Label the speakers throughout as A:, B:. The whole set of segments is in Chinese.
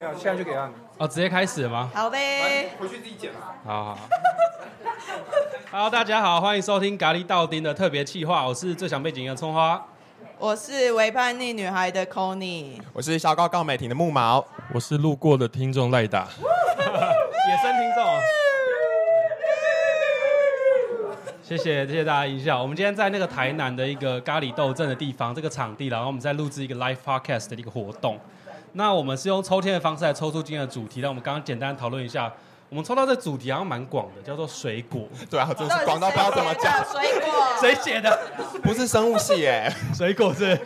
A: 哎
B: 现在就给按。
A: 哦，直接开始了吗？
C: 好呗，
B: 回去自己剪吧。
A: 好好好。Hello，大家好，欢迎收听咖喱道丁的特别企划，我是最想被景的葱花。
C: 我是为叛逆女孩的 c o n y
D: 我是小高告美婷的木毛，
E: 我是路过的听众赖打，
A: 野生听众。谢谢谢谢大家音效。我们今天在那个台南的一个咖喱斗阵的地方，这个场地，然后我们在录制一个 live podcast 的一个活动。那我们是用抽签的方式来抽出今天的主题，那我们刚刚简单讨论一下，我们抽到这主题好像蛮广的，叫做水果。
D: 对啊，真是广到不知道怎么讲，
C: 水果，
A: 谁写的？
D: 不是生物系耶，
A: 水果是？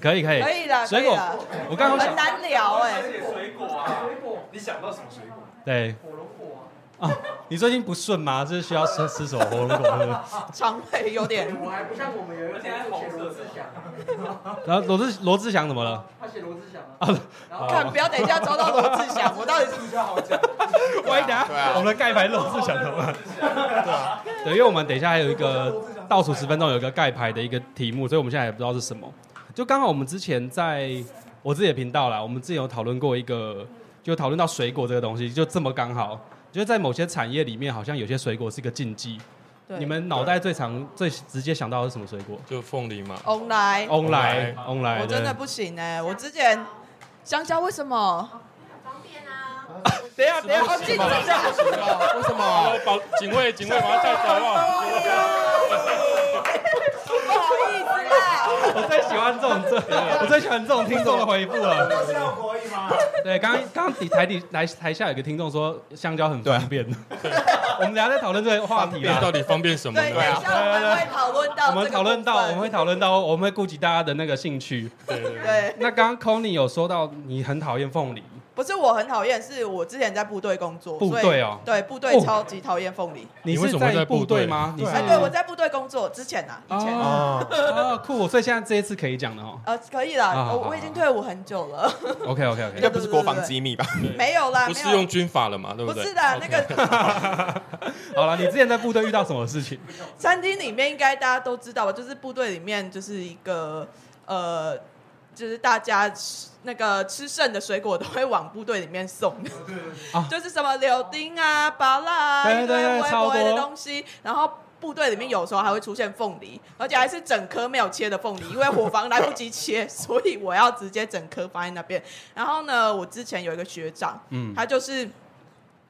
A: 可以可以
C: 哦可以啦，
A: 水
C: 可
A: 果
C: 以啦。
A: 我刚刚
C: 很
A: 想
C: 难聊哎、
B: 写水果啊，水果，你想到什么水果？
A: 对火龙果啊。你最近不顺吗？这是需要吃吃什么火龙果是不是？
C: 肠胃有点
F: 我还不像我们有一个写罗志祥，
A: 然后罗志罗志祥怎么了？
F: 他写罗志祥啊，
A: 啊，
C: 看，不要等一下遭到罗志祥，我到底是
B: 比较好讲。
A: 万一等下
D: 对啊
A: 我们的盖牌罗志祥怎么办？对，因为我们等一下还有一个倒数十分钟有一个盖牌的一个题目，所以我们现在也不知道是什么。就刚好我们之前在我自己的频道啦，我们之前有讨论过一个，就讨论到水果这个东西，就这么刚好，就是在某些产业里面，好像有些水果是一个禁忌。
C: 对
A: 你们脑袋最常、最直接想到的是什么水果？
E: 就凤梨嘛。
C: online，
A: 翁来
E: 来，
A: 翁来，
C: 我真的不行哎、我之前香蕉为什么？
A: 对。等一下，等一
C: 哦，
A: 下，
C: 禁止的，
D: 为什 么？
E: 哦，保警卫，警卫，马上带走啊！
C: 不好意思啦。
A: 我最喜欢这种这，我最喜欢这种听众的回复了。
B: 效果而已吗？
A: 对，刚刚刚底台底台台下有个听众说香蕉很方便， 我们等一下再讨论这个话题
D: 啊
E: 这
A: 啦。
E: 到底方便什么
C: 对，等
E: 呢？
C: 一下我们会讨论
A: 我
C: 到这个部分，
A: 们讨论到，我们会讨论到，我们会顾及大家的那个兴趣。
E: 对对对，
C: 对，
A: 那刚刚 Conny 有说到你很讨厌凤梨，
C: 不是我很讨厌，是我之前在部队工作，
A: 部
C: 所以
A: 队哦
C: 对部队超级讨厌凤梨。
A: 你
E: 为
A: 是
E: 什么会在
A: 部
E: 部队
A: 队吗？你是
C: 哎，对我在部队工作之前啊，以前。
A: 哦哦酷，所以现在这一次可以讲的哦。
C: 呃，可以啦，
A: 啊
C: 我我已经退伍很久了，
A: OK OK
D: 应
A: OK，
D: 该不是国防机密吧？
C: 没有啦，
E: 不
C: 没
E: 是
C: 有
E: 用，军法了嘛？对
C: 不
E: 对？
C: 是的，那个
A: 好了，你之前在部队遇到什么事情？
C: 餐厅里面应该大家都知道吧，就是部队里面就是一个呃，就是大家吃那个吃剩的水果都会往部队里面送，
A: 啊
C: 就是什么柳丁啊、芭乐啊，
A: 对
C: 一堆
A: 对对
C: 微
A: 超
C: 微的
A: 多
C: 东西，然后。部队里面有时候还会出现凤梨，而且还是整颗没有切的凤梨，因为伙房来不及切，所以我要直接整颗放在那边。然后呢，我之前有一个学长，
A: 嗯，
C: 他就是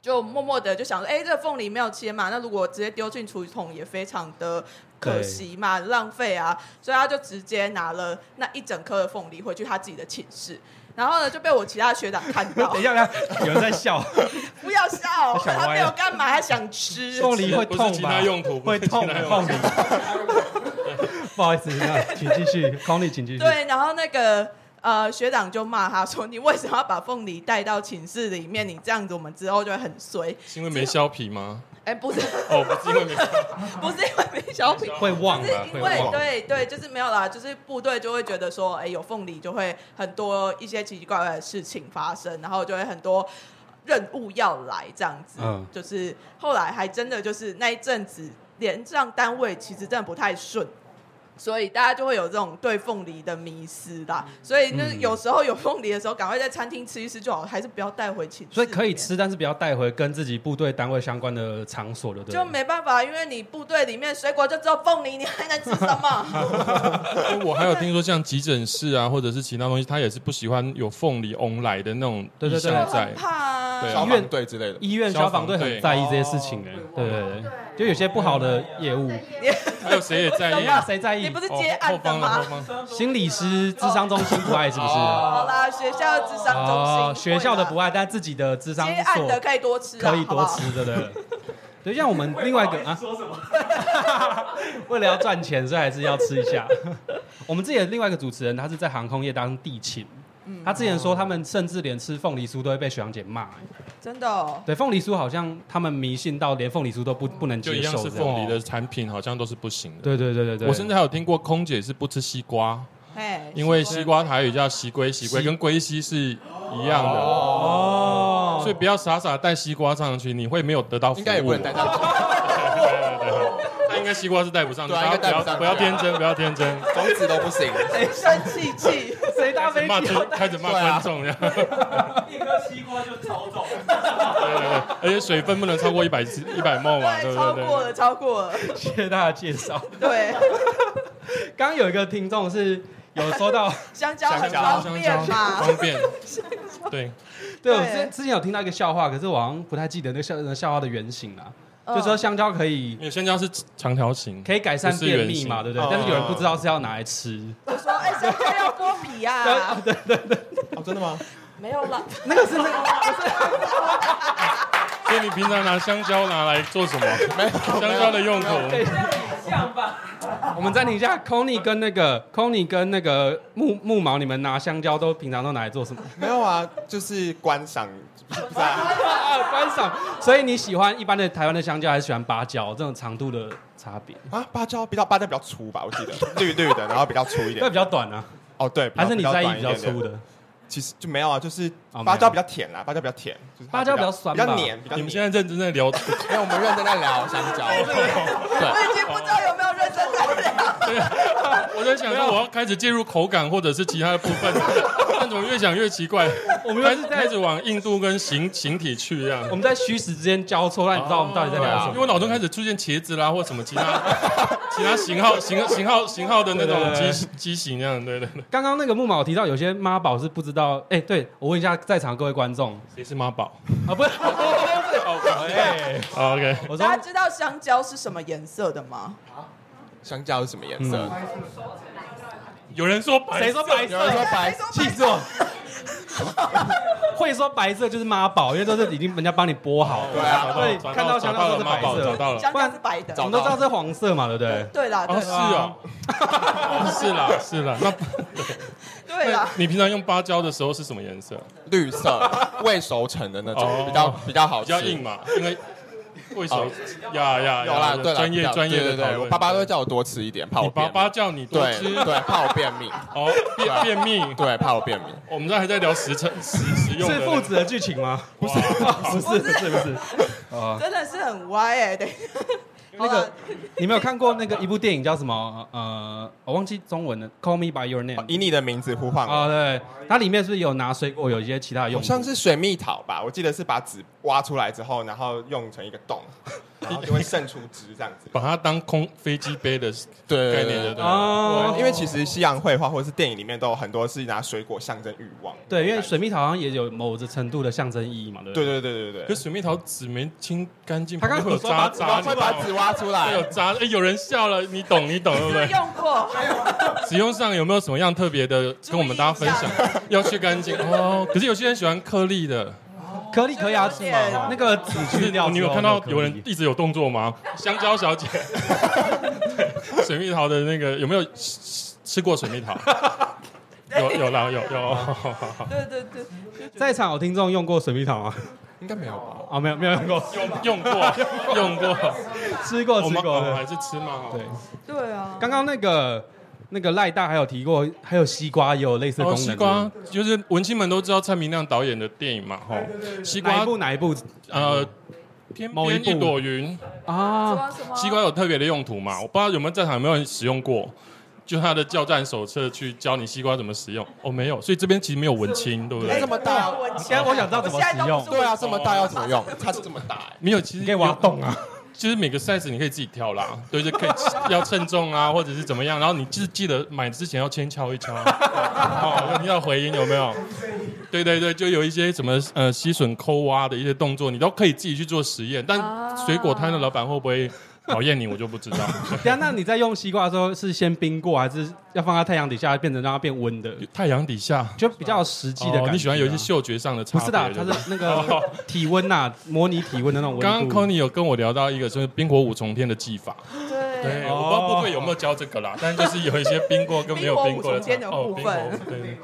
C: 就默默的就想说，哎、这个凤梨没有切嘛，那如果直接丢进厨余桶也非常的可惜嘛，浪费啊，所以他就直接拿了那一整颗的凤梨回去他自己的寝室。然后呢，就被我其他学长看到
A: 等一，下，等一下，有人在笑，
C: 不要笑，
A: 想
C: 他
A: 歪
C: 没
A: 了
C: 有干嘛，他想吃。
A: 凤梨会
E: 不
A: 痛
E: 是其
A: 吧
E: 他？用途，不
A: 会
E: 是其
A: 痛
E: 他用
A: 放
E: 途
A: 你。 不好意思，那请继续 c o n y 请继续。，
C: 对，然后那个呃学长就骂他说：“你为什么要把凤梨带到寝室里面？你这样子，我们之后就会很衰。
E: 是因为没削皮吗？”
C: 哎，不是，
E: 哦，不是因为没削
C: 不是因为没小品，
A: 会忘
C: 就
A: 吧
C: 是因
A: 会
C: 为
A: 忘。
C: 对对，就是没有啦，就是部队就会觉得说，哎，有凤梨就会很多一些奇奇怪怪的事情发生，然后就会很多任务要来这样子。
A: 嗯
C: 就是后来还真的就是那一阵子，连上单位其实真的不太顺。所以大家就会有这种对凤梨的迷失啦，所以就是
A: 嗯
C: 有时候有凤梨的时候，赶快在餐厅吃一吃就好，还是不要带回寝室。
A: 所以可以吃，但是不要带回跟自己部队单位相关的场所，对不对？
C: 就没办法，因为你部队里面水果就只有凤梨，你还能吃什 么？
E: 因哎为我还有听说像急诊室啊，或者是其他东西，他也是不喜欢有凤梨翁来的那种
A: 对对
E: 意
A: 对
E: 象
C: 就
E: 在
C: 很。怕啊。
E: 对啊
D: 消防队之类的，
A: 医院消防队很在意这些事情哎，对对对，就有些不好的业务，
E: 还有谁也在
A: 等一
E: 意？
A: 下谁在意
C: 你？不是
E: 哦
C: 接案
E: 后
C: 的
E: 方
C: 吗？
E: 啊，后方。
A: 心理师、智商中心不爱是不是？
C: 好啦，学校智商哦中心、
A: 哦，学校的不
C: 会
A: 爱，但自己的智
C: 啦
A: 商
C: 接案的
A: 所
C: 可以多吃、啊，
A: 可以多
C: 好不好。
A: 吃，对对对。对，像我们另外一个啊，
B: 说什么？
A: 为了要赚钱，所以还是要吃一下。 我们自己的另外一个主持人，他是在航空业当地勤。
E: 嗯
A: 他之前说，他们甚至连吃凤梨酥都会被学长姐骂、欸
C: 真的、哦，
A: 对，凤梨酥好像他们迷信到连凤梨酥都不不能
E: 哦就
A: 接
E: 一样
A: 受。
E: 是凤梨。的产品，好像都是不行的。
A: 对对对对对。
E: 我甚至还有听过空姐是不吃西瓜，
C: 哎，
E: 因为西瓜台语叫西龟，西龟
A: 西
E: 跟龟西是一样的，
A: 哦，
E: 所以不要傻傻带西瓜上去，你会没有得到服务。
D: 应该也不能带 上去，
E: 但应该西瓜是带不上去，
D: 对啊
E: 大
D: 应该带
E: 家
D: 不上去
E: 不要不要天真，不要天真。
D: 种子都不行。
C: 生气气，
A: 谁搭 飞
E: 骂
A: 机
E: 观
A: 要带
E: 开始骂观众这样，对
B: 一颗西瓜就超重，
E: 对对，而且水分不能超过一百一百 ml 嘛，
C: 对，
E: 对不
C: 超
E: 对？
C: 过了，超过了，
A: 谢谢大家介 绍。
C: 对，
A: 刚刚有一个听众是有收 到，
C: 香蕉很
D: 香蕉
C: 方便嘛，
E: 方便，对，
A: 对我
C: 对
A: 之之前有听到一个笑话，可是我好像不太记得那个笑那个笑话的原型啦。
C: 嗯
E: 哦
A: 就说香蕉可以
E: 因为香蕉是长条形，
A: 可以改善便秘嘛，
E: 不
A: 对
E: 是
A: 不对
D: 哦？
A: 但是有人不知道是要拿来吃，
C: 我说哎，谁可以要剥皮啊？
D: 哦，真的吗？
C: 没有啦，
A: 那个是 那个
E: 所以你平常拿香蕉拿来做 什么？ 香蕉的用途，
A: 对。
B: 像吧？
A: 我们暂停一下，Kony 跟那个 Kony 跟那个木木毛，你们拿香蕉都平常都拿来做什么？
D: 没有啊，就是观赏，不是啊？
A: 啊，观赏。所以你喜欢一般的台湾的香蕉，还是喜欢芭蕉这种长度的差别？
D: 啊，芭蕉比较芭蕉比较粗吧，我记 得绿绿的，然后比较粗一
A: 会
D: 点。
A: 比较短啊，
D: 哦，对，比较
A: 还是你在意比
D: 比较
A: 较
D: 短一点点
A: 粗的？
D: 其实就没有啊，就是
A: 哦
D: 芭蕉
A: 没有
D: 比较甜啦，芭蕉比较甜，就是它
A: 芭蕉比较酸
D: 比较
A: 吧
D: 黏，比较
E: 你
D: 黏
E: 们现。在认真 在聊，
D: 因为我们认真在聊香蕉，
C: 我已经不知道有没有认真在聊。
E: 我在想说我要开始介入口感或者是其他的部分， 但怎么越想越奇怪？
A: 我们
E: 开
A: 又
E: 始
A: 是
E: 开
A: 在
E: 始往硬度跟形形体去这样。啊
A: 我们在虚实之间交错，让你知道我们到底在聊什
E: 因
D: 哦
A: 么
E: 为。我脑中开始出现茄子啦，或什么其他 其他型号、型型号、型号的那
A: 对对
E: 种
A: 对
E: 机机型那样，对对对。
A: 刚刚那个木毛提到有些妈宝是不知道，哎、对我问一下在场各位观众
E: 谁是妈宝
A: 啊，不是， 哎，
E: 好？OK，啊
A: 我说
C: 大家知道香蕉是什么颜色的吗？
D: 香蕉是什么颜色？
A: 嗯
E: 有人说白色，
A: 谁说白色？
D: 有人
C: 谁说
D: 说白
C: 白色
A: 气死我！会说白色就是妈宝，因为都是已经人家帮你剥好
D: 对
A: 了。
D: 啊
E: 找到
A: 所以
E: 找到
A: 看到香蕉
E: 找到
A: 都
E: 了
A: 是
E: 妈
A: 白
E: 宝，找
A: 色，
E: 到 了。
C: 香蕉是白的
A: 我。们都知道是黄色嘛，对不对？
C: 对啦，对
E: 哦，是
C: 啦，
E: 哦，哦是啦，是啦。那
C: 对啦。
E: 你平常用芭蕉的时候是什么颜色？
D: 绿色，未熟成的那
E: 哦
D: 种，比较比较好
E: 比
D: 吃，
E: 较硬嘛，因为为什么？呀呀，
D: 哦有啦，
E: 呀
D: 对啦，
E: 专业
D: 比较
E: 专业
D: 对
E: 的
D: 对
E: 讨
D: 对，我
E: 论。
D: 爸爸都会叫我多吃一点，怕
E: 你
D: 我
E: 爸
D: 便秘
E: 爸叫你多
D: 对
E: 吃
D: 对，怕我便秘，
E: 哦，便便秘。
D: 对，啊怕我便秘。
E: 我们这还在聊实成实实用
A: 是
E: 的
A: 父子的剧情吗？不是，不是，不是，不是。
C: 真的是很歪哎、欸，对。
A: 那
C: 好
A: 个
C: 了，
A: 你们有看过那个一部电影叫什么？呃，我忘记中文了，《Call Me by Your Name
D: 哦》以你的名字呼唤
A: 啊，
D: 我，
A: 对，它里面是不是有拿水果，有一些其他的用
D: 好
A: 途？
D: 像是水蜜桃吧？我记得是把籽挖出来之后，然后用成一个 洞，然后就会渗出汁这样子。
E: 把它当空飞机杯的
D: 对
E: 概念的对
A: 哦
D: 对，因为其实西洋绘画或者是电影里面都有很多是拿水果象征欲望。
A: 对，因为水蜜桃好像也有某种程度的象征意义嘛，对不
D: 对
A: 对？
D: 对对对
E: 可
D: 对，
E: 水蜜桃籽没清干净，
A: 他刚刚
E: 会有
A: 有说把
E: 渣
A: 籽
E: 渣，你
D: 会
E: 懂吗
D: 把籽挖出
E: 会有
D: 来。
E: 渣。哎，有人笑了，你懂，你懂，对不
C: 是
E: 对？
C: 用过，
E: 使用上有没有什么样特别的，跟我们大家分享
C: 注意？
E: 要去干净哦。可是有些人喜欢颗粒的，
A: 颗粒可以啊，
C: 是有点
A: 那个籽
E: 可
A: 去
E: 是
A: 掉之后，
E: 你有看到
A: 颗粒
E: 有人一直有动 作吗？香蕉小姐， 对水蜜桃的那个有没有吃吃过水 蜜桃？有有啦有有，
C: 哎 对对对，
A: 在场有听众用过水蜜桃吗？
D: 应该没有吧？
A: 啊，没有，没有用过，
E: 用用过 用过，
A: 吃过
E: 我
A: 吃
E: 们哦
A: 过
E: 我们还
A: 的。
E: 是吃嘛。
A: 对，
C: 对啊，
A: 刚刚那个那个赖大还有提过，还有西瓜也有类似的功
E: 哦，
A: 能。
E: 西瓜就是文青们都知道蔡明亮导演的电影嘛，吼，西
A: 是不是哪
E: 瓜
A: 一部哪一部
E: 呃，偏
A: 某一
E: 偏
A: 部
E: 一朵云，
C: 什
A: 啊？
C: 么什么
E: 西瓜有特别的用途嘛？我不知道有没有在场有没有人使用过，就它的教战手册去教你西瓜怎么使用。哦，没有，所以这边其实没有文青，对不
D: 那
A: 哎
E: 对
D: 这？么
C: 啊
D: 大，
A: 现在我想知道怎么使用，
D: 对啊，这么大要怎 么
C: 哦
D: 用？它是这么大，
E: 没有，其
A: 你
E: 实
A: 可以挖
E: 有
A: 洞啊。
E: 就是每个 size 你可以自己挑啦， 对，就可以要称重啊，或者是怎么样，然后你就是记得买之前要先敲一敲， 哦，有听到回音有没有？对对对，就有一些什么呃吸吮、抠挖的一些动作，你都可以自己去做实验。但水果摊的老板会不会讨厌你，我就 不知道。
A: 等一下，那你在用西瓜的时候是先冰过，还是要放在太阳底下变成让它变温的？
E: 太阳底下，
A: 就比较实际的感觉啊。啊
E: 哦，你喜欢有一些嗅觉上的差
A: 不
E: 别？
A: 是的，
E: 对
A: 它
E: 不对
A: 是那个 体温呐，模拟体温的那种温
E: 刚刚
A: 度。
E: Conny 有跟我聊到一个就是冰火五重天的技法，
C: 对，
E: 对，
A: 哦
E: 我不知道波贵有没有教这 个啦，但就是有一些冰过跟没有冰过的差
C: 冰火
E: 哦，
C: 五重
E: 冰
C: 天
E: 火
C: 的部分
E: 对对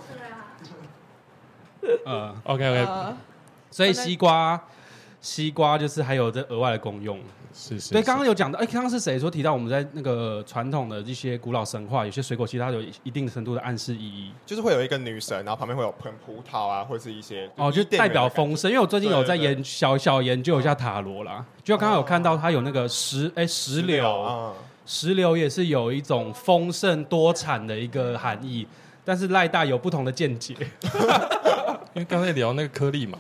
A: 呃，
E: ，OK OK，
C: 呃
A: 所以西瓜。西瓜就是还有这额外的功用，
E: 是是，
A: 对，刚刚有讲到，哎，刚刚是谁说提到我们在那个传统的一些古老神话，有些水果其实它有一定程度的暗示意义，
D: 就是会有一个女神，然后旁边会有喷葡萄啊，或是一些
A: 哦，就
D: 伊甸
A: 代
D: 园的
A: 表
D: 感觉
A: 丰盛。因为我最近有在
D: 对对对
A: 研小小研究一下塔罗啦，就刚刚有看到它有那个石，哎，石榴，
E: 啊
D: 嗯
A: 石榴也是有一种丰盛多产的一个含义。但是赖大有不同的见解。
E: 因为刚才聊那个颗粒嘛，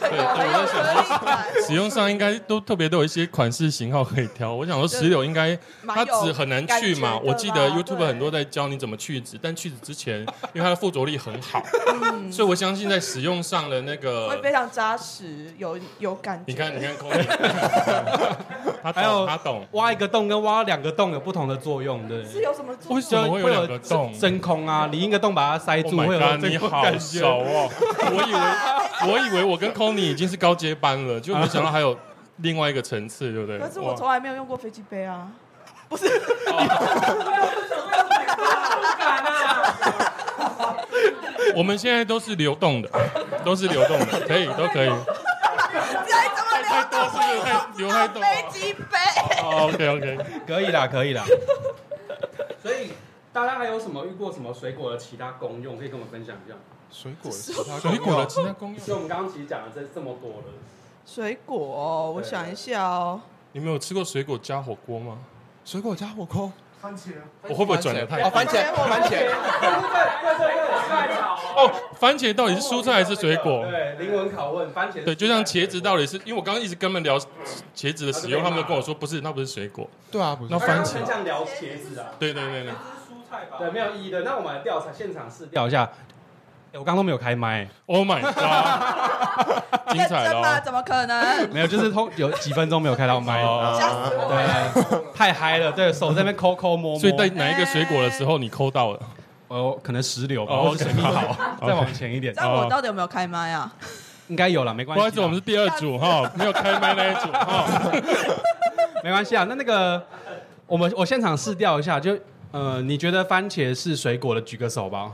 C: 很有颗粒感，
E: 使用上应该都特别都有一些款式型号可以挑。我想说石榴应该
C: 蛮
E: 它
C: 有
E: 籽很难去嘛，
C: 感觉的啦
E: 我记得
C: 对啊
E: YouTube 很多在教你怎么去籽，但去籽 之前，因为它的附着力很好，所以我相信在使用上的那
C: 嗯会
E: 个
C: 非，常扎实，有有感觉。
E: 你看你看 Kobe，他
A: 还有
E: 懂他懂，
A: 挖一个洞跟挖两个洞有不同的作用，对不
C: 是
A: 对？
C: 有什么作
E: 为什
C: 用？
E: 么会有两个洞
A: 真真空啊，你一个洞把它塞
E: Oh
A: 住，会有
E: my god！
A: 真
E: 你
A: 空
E: 好
A: 感
E: 熟
A: 觉。
E: 哦，我以为我以为我跟 Conny 已经是高阶班了，就没想到还有另外一个层次，对不对？
C: 可是我
E: 哇
C: 从来没有用过飞机杯啊，
B: 不敢啊！
E: 我们现在都是流动的，都是流动的， 可以都可以。
C: 再怎么
E: 太多是不是太流太多
C: 飞机杯，
E: ？OK OK，
A: 可以啦，可以啦。 所以大家还有什么遇过什么水果的其他功用，可以跟我们分享一下？
D: 水果是它
E: 水果的其他功
A: 所以
E: 用，
A: 我们刚刚其实讲了这这么多了，
C: 水果哦、我想一下哦、
E: 你们有吃过水果加火锅吗？
D: 水果加火锅，
F: 番茄啊，
E: 我会不会转的太
D: 哦，？番茄，番茄，
B: 对对对，太吵哦！
E: 哦，番茄到底是蔬菜还是水果？
A: 对，灵魂拷问，番茄。
E: 哦对，就像茄子到底是因为我刚刚一直跟他们聊茄子的使用，他们都跟我说不是，那不是水果。
D: 对啊，不是
E: 那番茄
A: 很想聊茄子啊。
E: 对对对对，
B: 蔬菜吧
A: 对，没有意义的。那我们来调查现场试调一下。欸我刚刚都没有开麦，
E: ，Oh my god，精
C: 认
E: 彩
C: 真
E: 了哦
C: 吗？！怎么可能？
A: 没有，就是通有几分钟没有开到麦，
E: 哦，
C: 吓死我了！
A: 对，太嗨了，对手在那边抠抠摸摸，
E: 所以在哪一个水果的时候你抠到了？
A: 哦可能石榴吧，
E: 哦
A: 或者水蜜桃，再往前一点哦
C: 这，样我到底有没有开麦啊？
A: 应该有了，没关
E: 不
A: 系啊啦，
E: 好意思，我们是第二组哈，没有开麦那一组哈。
A: 没关系啊。那那个，我们我现场试调一下，就呃，你觉得番茄是水果的，举个手吧。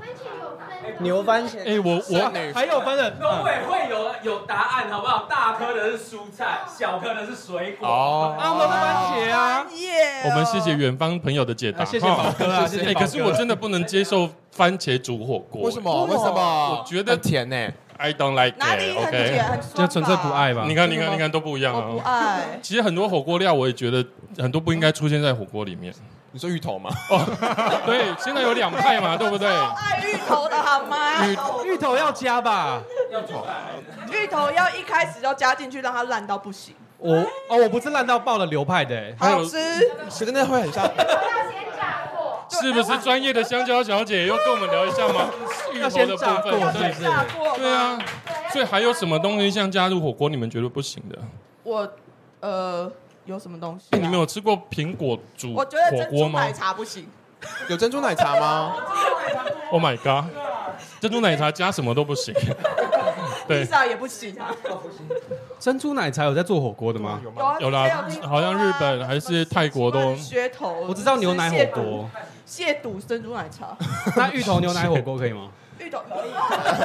G: 番茄有分
H: 牛番茄，
E: 哎，我我
A: 还有分的，
B: 农委会有有答案好不好？大颗的是蔬菜，
E: 啊
B: 小颗的是水果。
E: 哦
A: 啊，我的番茄啊，
C: 耶！
E: 我们谢谢远方朋友的解答，
A: 啊谢谢
E: 哈
A: 宝哥啊，谢
E: 哎、
A: 谢宝
E: 可
A: 哥。
E: 是我真的不能接受番茄煮火锅、
D: 为什么？为什么？
E: 我觉得
D: 很甜呢，
E: ？I don't like
C: 哪里
E: it。
C: 很解啊
E: OK，
C: 很爽吧哎
A: 就纯粹不，爱吧。
E: 你看，你看，你看，都不一样
C: 我不
E: 啊。
C: 爱。
E: 其实很多火锅料，我也觉得很多不应该出现在火锅里面。
D: 你说芋头吗？
E: 对，现在有两派嘛，对不对？
C: 超爱芋头的好吗？
A: 芋头要加吧？
C: 芋头要一开始就加进去，让它烂到不行，
A: 我哦，我不是烂到爆的流派的、欸，
E: 还有
C: 好吃。
D: 真的会很像，
G: 要先炸过，
E: 是不是专业的香蕉小姐要跟我们聊一下吗？芋
A: 要
E: 头哦的
A: 先
E: 部
A: 炸
E: 分，
A: 过
C: 要
A: 是不
E: 对
C: 先
A: 是？
C: 炸过
E: 对
C: 吗？
E: 啊。所以还有什么东西像加入火锅，你们觉得不行
C: 啊
E: 的？
C: 我呃有什么东西啊？
E: 哎，你们有吃过苹果煮
C: 我觉得
E: 火
C: 珍
E: 锅
C: 珠
E: 吗
C: 奶茶不行，
D: 有珍珠奶茶吗？
E: ？Oh my god！珍珠奶茶加什么都 不行。
C: 披
E: 对，
C: 萨也不行啊。
A: 珍珠奶茶有在做火锅的吗？
D: 有
C: 有？啊，
E: 有
C: 之前
E: 啦
C: 有听，过啊
E: 好像日本还是泰国都
C: 噱头。
A: 我知道牛奶火锅，
C: 亵渎，亵渎珍珠奶 茶，
A: 那芋头牛奶火锅可以吗？
C: 芋头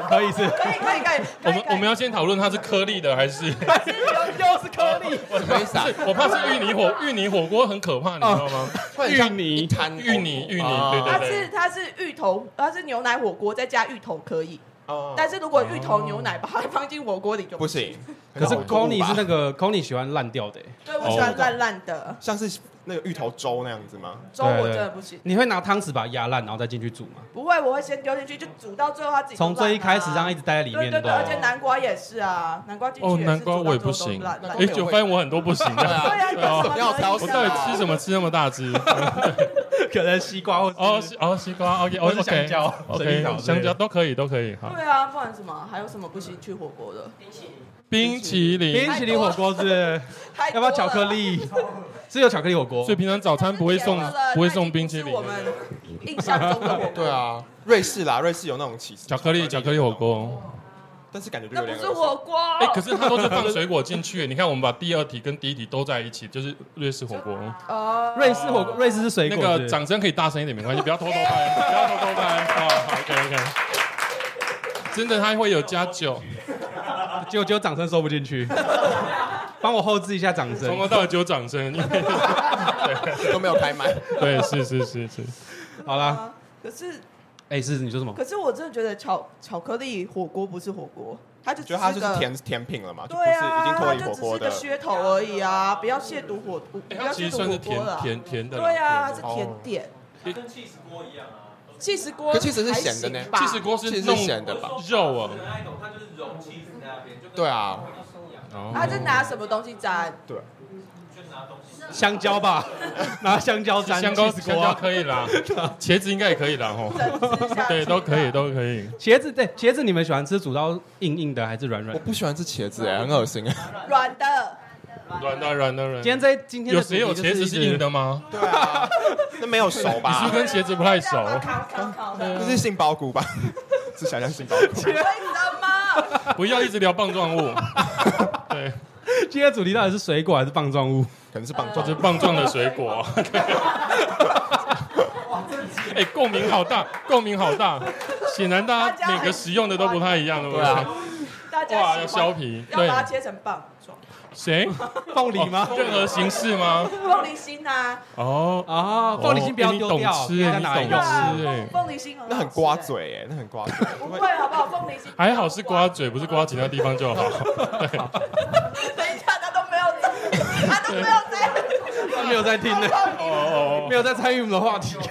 A: 可以是，
C: 可以可以可以。
E: 我们我们
C: 要
E: 要先讨论它是颗粒的还是？
A: 又是颗粒，
D: 什么意思啊？
E: 是我怕是芋泥火芋泥火锅很可怕，你知道吗？
D: 会很
A: 芋
D: 像
A: 泥。
D: 摊
E: 芋泥芋泥，
D: 哦
E: 对
C: 它
E: 对
C: 是
E: 对。
C: 它是芋头，它是牛奶火锅再加芋头可以，
D: 哦
C: 但是如果芋头牛奶把它放进火锅里就
D: 不。行。
A: 可是
D: 很恐怖
A: Conny
D: 吧
A: 是那个 Conny 喜欢烂掉的、欸，
C: 对，我喜欢烂烂
A: 哦
C: 的
D: 像是那个芋头粥那样子 吗？
C: 粥，
A: 对
C: 我
A: 对
C: 真的不行。
A: 你会拿汤匙把它压烂，然后再进去煮吗？
C: 不会，我会先丢进去，就煮到最后它自己就烂
A: 从
C: 啊。
A: 最一开始让它一直待在里
C: 对
A: 面，
C: 对对，而且
A: 吧？
C: 南瓜也是啊，南瓜进去也
E: 哦，
C: 是
E: 南瓜
C: 煮到
E: 我也不
C: 最后
E: 行
C: 都烂烂
E: 哎，
C: 的。
E: 就发现我很多不行 的。
C: 对啊， 你有什么
D: 不要挑
C: 能力 啊
E: 我到底吃什么吃那么大只？
A: 可能西瓜或
E: 哦
A: 是
E: 西哦，西瓜，OK，哦
A: 或是香蕉水蜜桃之
E: OK，
A: 类
E: 香
A: 的
E: 蕉都可以，都可以。好，
C: 对啊，不然什么？还有什么不行去火锅的？
E: 冰淇淋。
A: 冰淇淋火锅是，
C: 太
A: 要
C: 多
A: 不要
C: 了
A: 巧克？力？是有巧克力火锅
E: 所以，平常早餐不会送
C: 太多了
E: 不会送冰淇
C: 那已经不，是我
E: 淋
C: 们印象中的火锅，
D: 对啊，瑞士啦，瑞士有那种起司
E: 巧克力巧克力火，锅。
D: 但是感觉就
C: 那
D: 有
C: 不
D: 点
C: 是火锅。
E: 哎，可是它都是放水果进去。你看，我们把第二题跟第一题都在一起，就是瑞士火锅。
C: 哦，
A: 瑞士火锅，瑞士是水
E: 那
A: 果。
E: 个
A: 是
E: 掌声可以大声一点，没 关系，不要偷偷拍，啊不要偷偷拍。好，OK OK。真的，它会有加酒，
A: 结果只有掌声收不进 去，帮我后置一下掌
E: 从头
A: 声。
E: 到尾只有掌 声，因为
D: 都没有开 麦。
E: 对，是是是是，
A: 好啦，
C: 啊可是
A: 哎、是你说什么？
C: 可是我真的觉得巧巧克力火锅不是火锅，它就只
D: 觉得它就是
C: 个
D: 甜甜品了嘛，就不
C: 对
D: 是已
C: 啊，
D: 经脱
C: 它
D: 离
C: 就
D: 火
C: 只是
D: 锅
C: 个
D: 的。
C: 噱头而已啊！不要亵渎火，不
E: 哎
C: 要
E: 它其
C: 亵
E: 实
C: 渎
E: 算
C: 火
E: 是甜
C: 锅了啊。
E: 甜甜的啦。
C: 对啊，它是
E: 甜的
C: 甜点，
B: 它跟 cheese 锅一样啊。
C: 气死锅
D: 可气死是咸的呢
C: 还行吧
E: 气死锅
D: 其
E: 是
D: 实是
E: 弄
D: 咸的吧
E: 肉啊
B: 那一种它就是揉气死那边，就跟
D: 对啊，
E: 哦
C: 他是拿什么东西沾？
B: 就拿东西。
A: 香蕉 吧，拿香蕉沾
E: 香蕉
A: 起司
E: 香
A: 锅
E: 蕉
A: 啊。
E: 可以啦，茄子应该也可以啦 吼，
C: 整只下去
E: 对，都可以，都可以。
A: 茄子对茄子，你们喜欢吃煮到硬硬的还是软软
E: 嗯
D: 我
A: 的？
D: 不喜欢吃茄子、哎，很恶心啊。
C: 软的。
E: 软的软的软
A: 今天
E: 的。
A: 这今天的
E: 有谁有
A: 主题
E: 茄
A: 就是
E: 子
A: 一
E: 是
A: 直
E: 硬的吗？
D: 对啊，那没有熟
E: 你是
D: 吧
E: 不是？ 跟茄子不太熟？啊
C: 烤 烤烤的，
D: 这是杏鲍菇吧？ 是想象杏鲍菇。
C: 可以的 吗？
E: 不要一直聊棒状物，对，
A: 今天的主题到底是水果还是棒状 物？
D: 可能是棒
E: 哦就
D: 状
E: 是。棒状的水果。 哎，共鸣好大，共鸣好大，显然大
C: 大家
E: 家每个使用的都不太一样，对不
D: 对啊
E: 对？
C: 大
E: 哇，
C: 家
E: 要
C: 喜欢
E: 削皮，
C: 要
E: 对
C: 把它，切成棒状，
E: 谁？
A: 凤梨吗
E: 哦？任何形式吗？
C: 凤梨心啊，
E: 哦，
A: 啊，凤梨心不要
E: 哦哎
A: 丢掉，
E: 你懂吃
A: 不要
E: 哎你
A: 拿来
E: 懂
C: 对
A: 用
C: 啊
E: 吃欸
C: 凤凤梨心很好吃
D: 那很刮，嘴哎、那很刮嘴。
C: 不会好不好？凤梨心
E: 还好是刮，嘴，不是刮其他地方就好。
C: 等一下他都没有 在，他都没有在，
A: 他没有在听呢，
E: 哦，
A: 没有在参与我们的话题。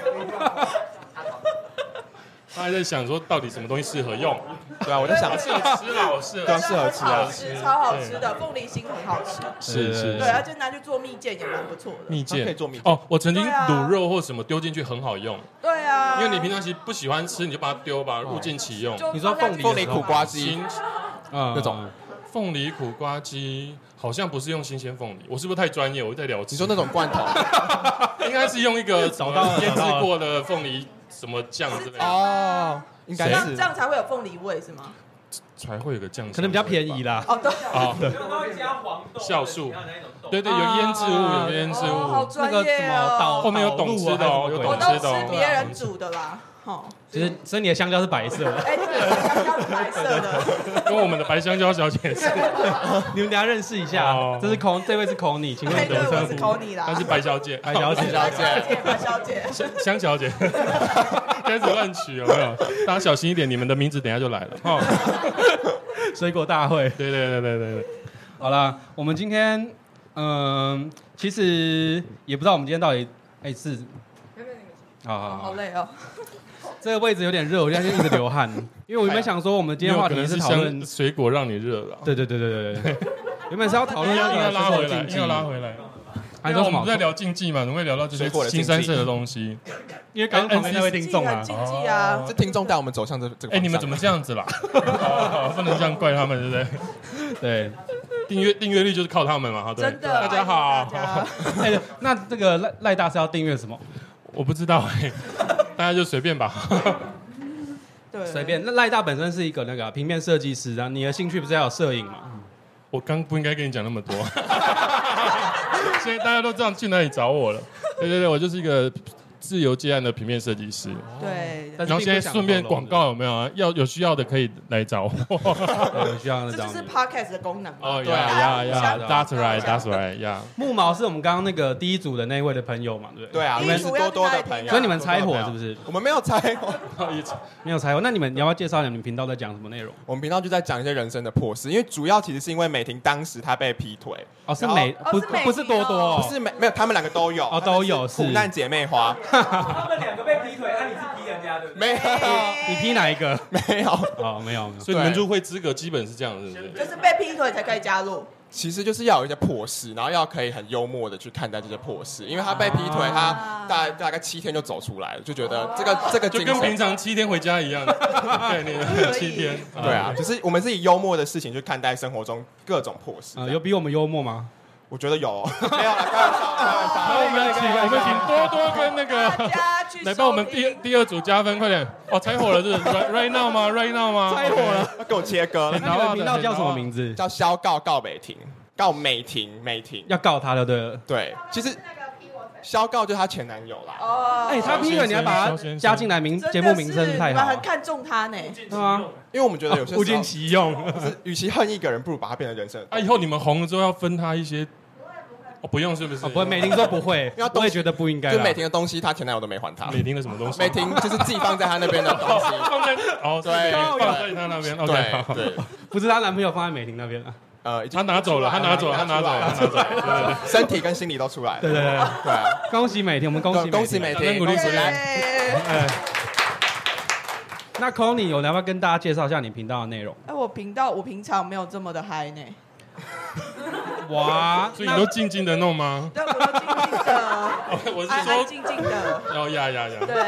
E: 他还在想说到底什么东西适合用，
D: 对啊，我 就想
E: 适合吃啦，我适
D: 对
E: 合
D: 啊适合吃啊
C: 好吃，超好吃的凤梨心很好吃，
E: 是是
C: 对，而且拿去做蜜饯也蛮不错的。
E: 蜜饯
D: 它可以做蜜饯
E: 哦，我曾经
C: 对啊
E: 卤肉或什么丢进去很好用，
C: 对啊，
E: 因为你平常其实不喜欢吃，你就把它丢吧，
A: 嗯
E: 物尽其用。
C: 就
A: 你说凤梨
D: 凤梨苦瓜鸡
E: 新嗯
A: 啊
D: 那种，
E: 凤梨苦瓜鸡好像不是用新鲜凤梨，我是不是太专业？我在聊吃，
D: 你说那种罐头
E: 应该是用一个什
A: 找
E: 么
A: 到了
E: 腌制
A: 找到了
E: 过的凤梨什么酱之类的，
D: 哦，应
C: 这
D: 该
C: 样
D: 是
C: 这样才会有凤梨味是吗？
E: 才会有个酱香味吧，
A: 可能比较便宜啦。
C: 哦，对，
E: 啊。
B: 然后它会加黄豆，
E: 酵素
B: 还有那一种豆
E: 对对，有腌制物，
A: 啊
E: 有腌制
C: 哦，好
E: 物。
A: 那
C: 专
A: 个
C: 业
A: 什么导啊
C: 哦，
E: 后面有懂吃的哦有
C: 我
E: 懂
C: 都
E: 吃的哦
C: 吃别人煮的啦，哦，
A: 就是所以你的香蕉是白色的，
C: 哎，对，香蕉是白色的，
E: 跟我们的白香蕉小 姐是，
A: 你们等一下认识一下
E: 哦。
A: 这是孔，这位是孔你，请问
C: 哎，
A: 你
C: 对，
A: 的
C: 我
A: 称
C: 是
A: 呼？
C: 口你啦，
E: 她是白小姐，
A: 白小姐
D: 白小
C: 白小姐，白小姐，
E: 香小姐， 开始乱取有没有？大家小心一点，你们的名字等一下就来了。哦，
A: 水果大会。
E: 对对对对对对，
A: 好啦，我们今天，嗯，其实也不知道我们今天到底，哎是，啊好
E: 啊
A: 好
C: 好
A: 好，
C: 累哦，
A: 这个位置有点热，我现在就一直流汗，因为我原本想说我们今天话
E: 可
A: 题
E: 能
A: 是
E: 是
A: 讨论
E: 香，水果让你热啊了，
A: 对对对对对对， 原本是要讨
E: 硬
A: 论那
E: 要硬要
A: 个
E: 拉回
A: 就是
E: 来，
A: 竞
E: 硬
A: 技，
E: 要拉回来。
A: 还
E: 因
A: 说什
E: 为我们
A: 么
E: 不？在聊竞技嘛，怎么会聊到这些
D: 水果的竞
E: 新
D: 技
E: 三色的东西？
A: 因为刚刚旁边那位听众啊
C: 很，禁忌啊，
E: 哦
D: 这听众带我们走向这这个。
E: 哎，你们怎么？这样子啦？ 哦不能这样怪他们，对不对？
A: 对，
E: 订阅订阅率就是靠他们嘛，好对。
C: 真的，
E: 大家好
C: 大，家
A: 哎，那这个赖赖大是要订阅什么？
E: 我不知道哎， 大家就随便吧。
C: 对，
A: 随便。那赖大本身是一个那个啊平面设计师啊，你的兴趣不是要有摄影吗？
E: 我刚不应该跟你讲那么多， 所以大家都知道去哪里找我了。对对对，我就是一个自由接案的平面设计师。
C: 对，
A: 但
E: 然后现在顺便广告有没有啊？要有需要的可以来找我。
A: 对，需要那
C: 这就
A: 种
C: 是 podcast 的功能嘛。
E: 哦
D: 对
E: 呀呀
D: 啊
E: 呀
C: 对啊
E: ，That's right，That's right，呀。
A: 木毛是我们刚刚那个第一组的那一位的朋友嘛，对不对？
D: 对啊，我
C: 你
D: 们是多多的朋友，
A: 所以你们拆伙是不
D: 是？
A: 是？
D: 我们没有拆伙，
A: 没有拆伙。那你们你要不要介绍一下你们频道在讲什么内容？
D: 我们频道就在讲一些人生的破事，因为主要其实是因为美婷当时她被劈腿，
A: 哦，是
D: 然后
A: 美
C: 哦
A: 不
C: 是美
A: 不是多多
D: 不
A: 哦，
D: 是美没有，他们两个都有，
A: 哦都有
D: 他们是苦
A: 是
D: 难姐妹花，
B: 他们两个被劈腿，那你是劈人家对不对？
D: 没有
C: 哎
A: 你批哪一个？
D: 没有，
A: 哦，没有没有。
E: 所以你们入会资格基本是这样，是不是？
C: 就是被劈腿才可以加入，
D: 其实就是要有一些破事，然后要可以很幽默的去看待这些破事，因为她被劈腿，她大大概七天就走出来了，就觉得这个这个
E: 就
D: 精
E: 跟
D: 神
E: 平常七天回家一样， 概念啊七天。
D: 对啊，，就是我们是以幽默的事情去看待生活中各种破事。
A: 呃，
E: 哎
A: 有比我们幽默吗？
D: 我觉得 有哦，没有了，开玩笑，开
E: 那
D: 玩
E: 我
D: 笑。
E: 们请我们请多多跟那
C: 大
E: 个
C: 家去
E: 来帮我们
C: 收
E: 第二
C: 听
E: 第二组加分，快点！哦，拆火了是 不是 right right now 吗？right now 吗？
A: 拆伙了。
D: 要给我 切割
E: 很
A: 那
E: 难
D: 了，
A: 你们频道叫什么名字？
D: 叫肖告告美婷，告美婷，美婷。
A: 要告他的对了。
D: 对，其实肖告就是她前男友啦。
C: 哦，
A: 哎，他劈腿你还把
E: 肖
A: 他
E: 先生
A: 加进来名
C: 真的
A: 节目名真
C: 是
A: 是太
C: 你
A: 好了
C: 们很，看重他呢。
A: 对啊，
D: 因为我们觉得有些
E: 哦
A: 物
D: 时
A: 尽
D: 候，
A: 其用。
D: 就是与其恨一个人，不如把他变成人生的。
E: 啊，以后你们红了之后要分他一些，哦，不用是不是？
A: 哦，不会，美玲说不会
D: 因为，东
A: 我也觉得不应该
D: 就
A: 啦
D: 美。婷的东西，她前男友都没还她。
E: 美婷啊的什么东西？
D: 美婷就是寄放在她那边的东 西。
E: 哦放在哦，
D: 对
E: 是美婷放在他那边。OK，好
D: 对对，
A: 不是她男朋友放在美婷那边了。啊
D: 呃，已经
E: 他拿走了，他拿走了，他拿走了，他拿走了。对对对
D: 身体跟心理都出来
A: 对
D: 了。
A: 对对，
D: 对啊，
A: 恭喜美婷，我们恭喜
D: 恭喜美
A: 婷。
E: 掌声
D: 婷，
E: 鼓励
D: 恭喜
E: 回
D: 来。
C: 耶
A: 哎，那 c o n y 我要不要跟大家介绍一下你频道的内容？
C: 哎，我频道我平常没有这么的嗨呢，
A: 哇，
E: 所以你都静静的弄吗？
C: 但我都静静的，
E: 我是
C: 安安
E: 说，
C: 静静 的。
E: 哦呀呀呀，
C: 对，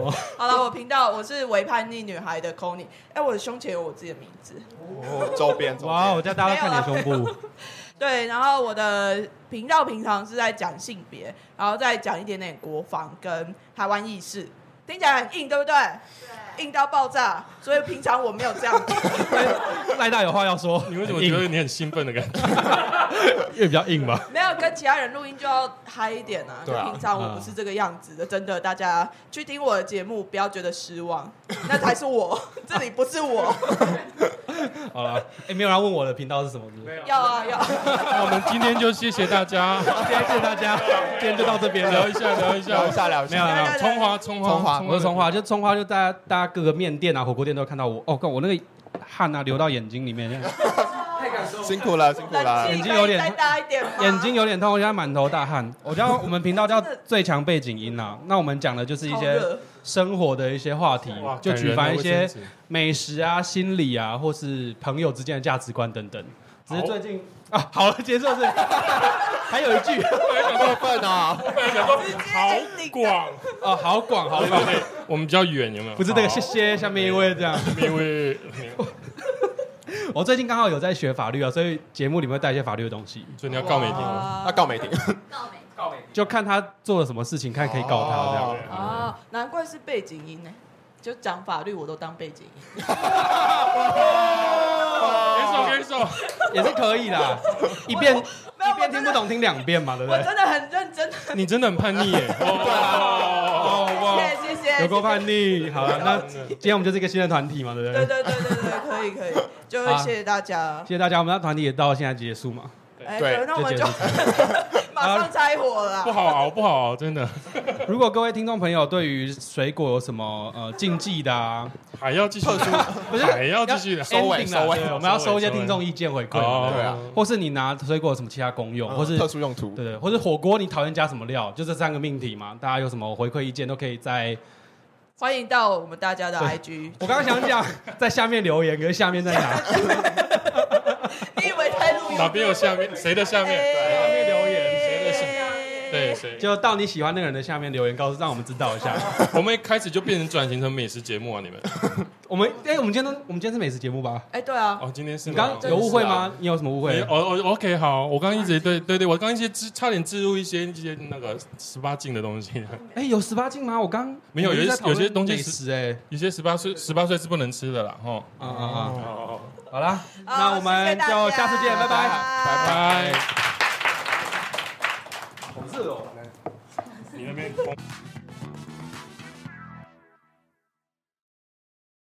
A: 哦
C: 好了，我频道我是为叛逆女孩的 c o n y 哎，我的胸前有我自己的名字。
D: 周边周
A: 哇，
D: 边
A: 我叫大家都看你的胸部，
C: 对，然后我的频道平常是在讲性别，然后再讲一点点国防跟台湾意识，听起来很硬，对不对？ 硬到爆炸，所以平常我没有这样做。
A: 赖大有话要说，
E: 你为什么
A: 很硬
E: 觉得你很兴奋的感觉？
A: 因为比较硬吧？
C: 没有跟其他人录音就要嗨一点啊！就
D: 对啊
C: 平常我不是这个样子的，真的，大家去听我的节目，不要觉得失望，那才是我， 这里不是我。
A: 好了，哎，没有人要问我的频道是什么，是不是
C: 要啊 要，
E: 那我们今天就谢谢大家，
A: 今天谢谢大 家，今天就到这边
E: 聊
A: 了
E: 一。下聊一
D: 聊
E: 下啊
D: 一，下聊一
A: 没有
D: 下，
A: 没有，
E: 葱花葱花
D: 葱花
A: 我是葱花，就葱花，就大家大家各个面店啊、火锅店都会看到我。哦，看我那个汗啊流到眼睛里面，
E: 啊
B: 太感动了。
D: 辛苦了辛苦了
C: 冷，
A: 眼
C: 气
A: 睛有
C: 可以
A: 点
C: 再大一点吗？
A: 眼睛有点痛，我现在满头大汗。我叫我们频道叫最强背景音啊，那我们讲的就是一
C: 好
A: 些
C: 热
A: 生活的一些话题
E: 哇，
A: 就举凡一
E: 感人哦
A: 些
E: 的卫生纸
A: 美食啊、心理啊，或是朋友之间的价值观等等。只是
E: 好
A: 最近啊，好了，结束是， 还有一句
D: 过分 啊！
E: 好广，
A: 哦，好广好
E: 对
A: 广
E: 对，对，我们比较远有没有？
A: 不是那个谢谢下面一位这样。
E: 好，因为
A: 我最近刚好有在学法律啊，所以节目里面会带一些法律的东西，
E: 所以你要告美婷哦。
D: 那
C: 啊
D: 告美婷，
G: 告美
B: 告哦美婷
A: 就看他做了什么事情，看可以告他这样。
D: 哦
C: 啊，难怪是背景音呢，就讲法律我都当背景音。
E: 给手给手，
A: 也是可以啦，一遍
C: 没有
A: 一
C: 我
A: 遍听不懂听两遍嘛，对不
C: 我
A: 对？
C: 真的很认真的，
E: 你真的很叛逆 耶！哦，
A: 哦
C: 谢谢谢谢，
A: 有够叛逆。好了，
E: 啊
A: 那今天我们就是一个新的团体嘛，对不
C: 对
A: 对？
C: 对对对对，可以 可以，就
A: 啊
C: 谢谢大家。
A: 谢谢大家，我们的团体也到现在结束嘛。
C: 哎，
D: 对
C: 对，那我们
A: 就
C: 就 马上拆火了
E: 不
C: 啦。
E: 好熬，不好熬，真的
A: 如果各位听众朋友对于水果有什么呃禁忌的啊，
E: 还要继续，
A: 不是
E: 还要继续
D: 收尾
A: ending 啦
D: 收尾
A: 对我们要收一些
E: 收尾
A: 听众意见回馈嘛，
E: 哦
A: 对
D: 对啊哦
A: 或是你拿水果有什么其他功用，或是
D: 特殊用途，
A: 对对，或是火锅你讨厌加什么料，就这三个命题嘛。大家有什么回馈意见都可以在，
C: 欢迎到我们大家的
A: 对
C: IG。
A: 我刚刚想讲在下面留言，可是下面在哪？
C: 你以为在录音？哎
E: 哪边有下面？谁的下面？
A: 下面留言
E: 谁的下？
C: 面
E: 对，谁？
A: 就到你喜欢那个人的下面留言，告诉让我们知道一下。
E: 我们一开始就变成转型成美食节目啊！你们
A: 我们哎、我们今天都我们今天是美食节目吧？
C: 哎，对啊，
E: 哦，今天是
A: 你
E: 吗
A: 刚刚有误会吗？？你有什么误
E: 啊
A: 会
E: 没有？哦哦，OK，好，我刚刚一直对对对，我刚刚一些置差点置入一些一些那个十八禁的东西，
A: 哎、有十八禁吗？我刚
E: 没有
A: 我们一直在讨论
E: 有些有些东西
A: 美食哎，
E: 有些十八岁十八岁是不能吃的啦，哈，
A: 啊啊啊！
E: 哦，
A: 好啦，
C: 好
A: 那我们就下次见，拜拜。
D: 拜拜
E: 拜。
A: 好热哦。
E: 你那边。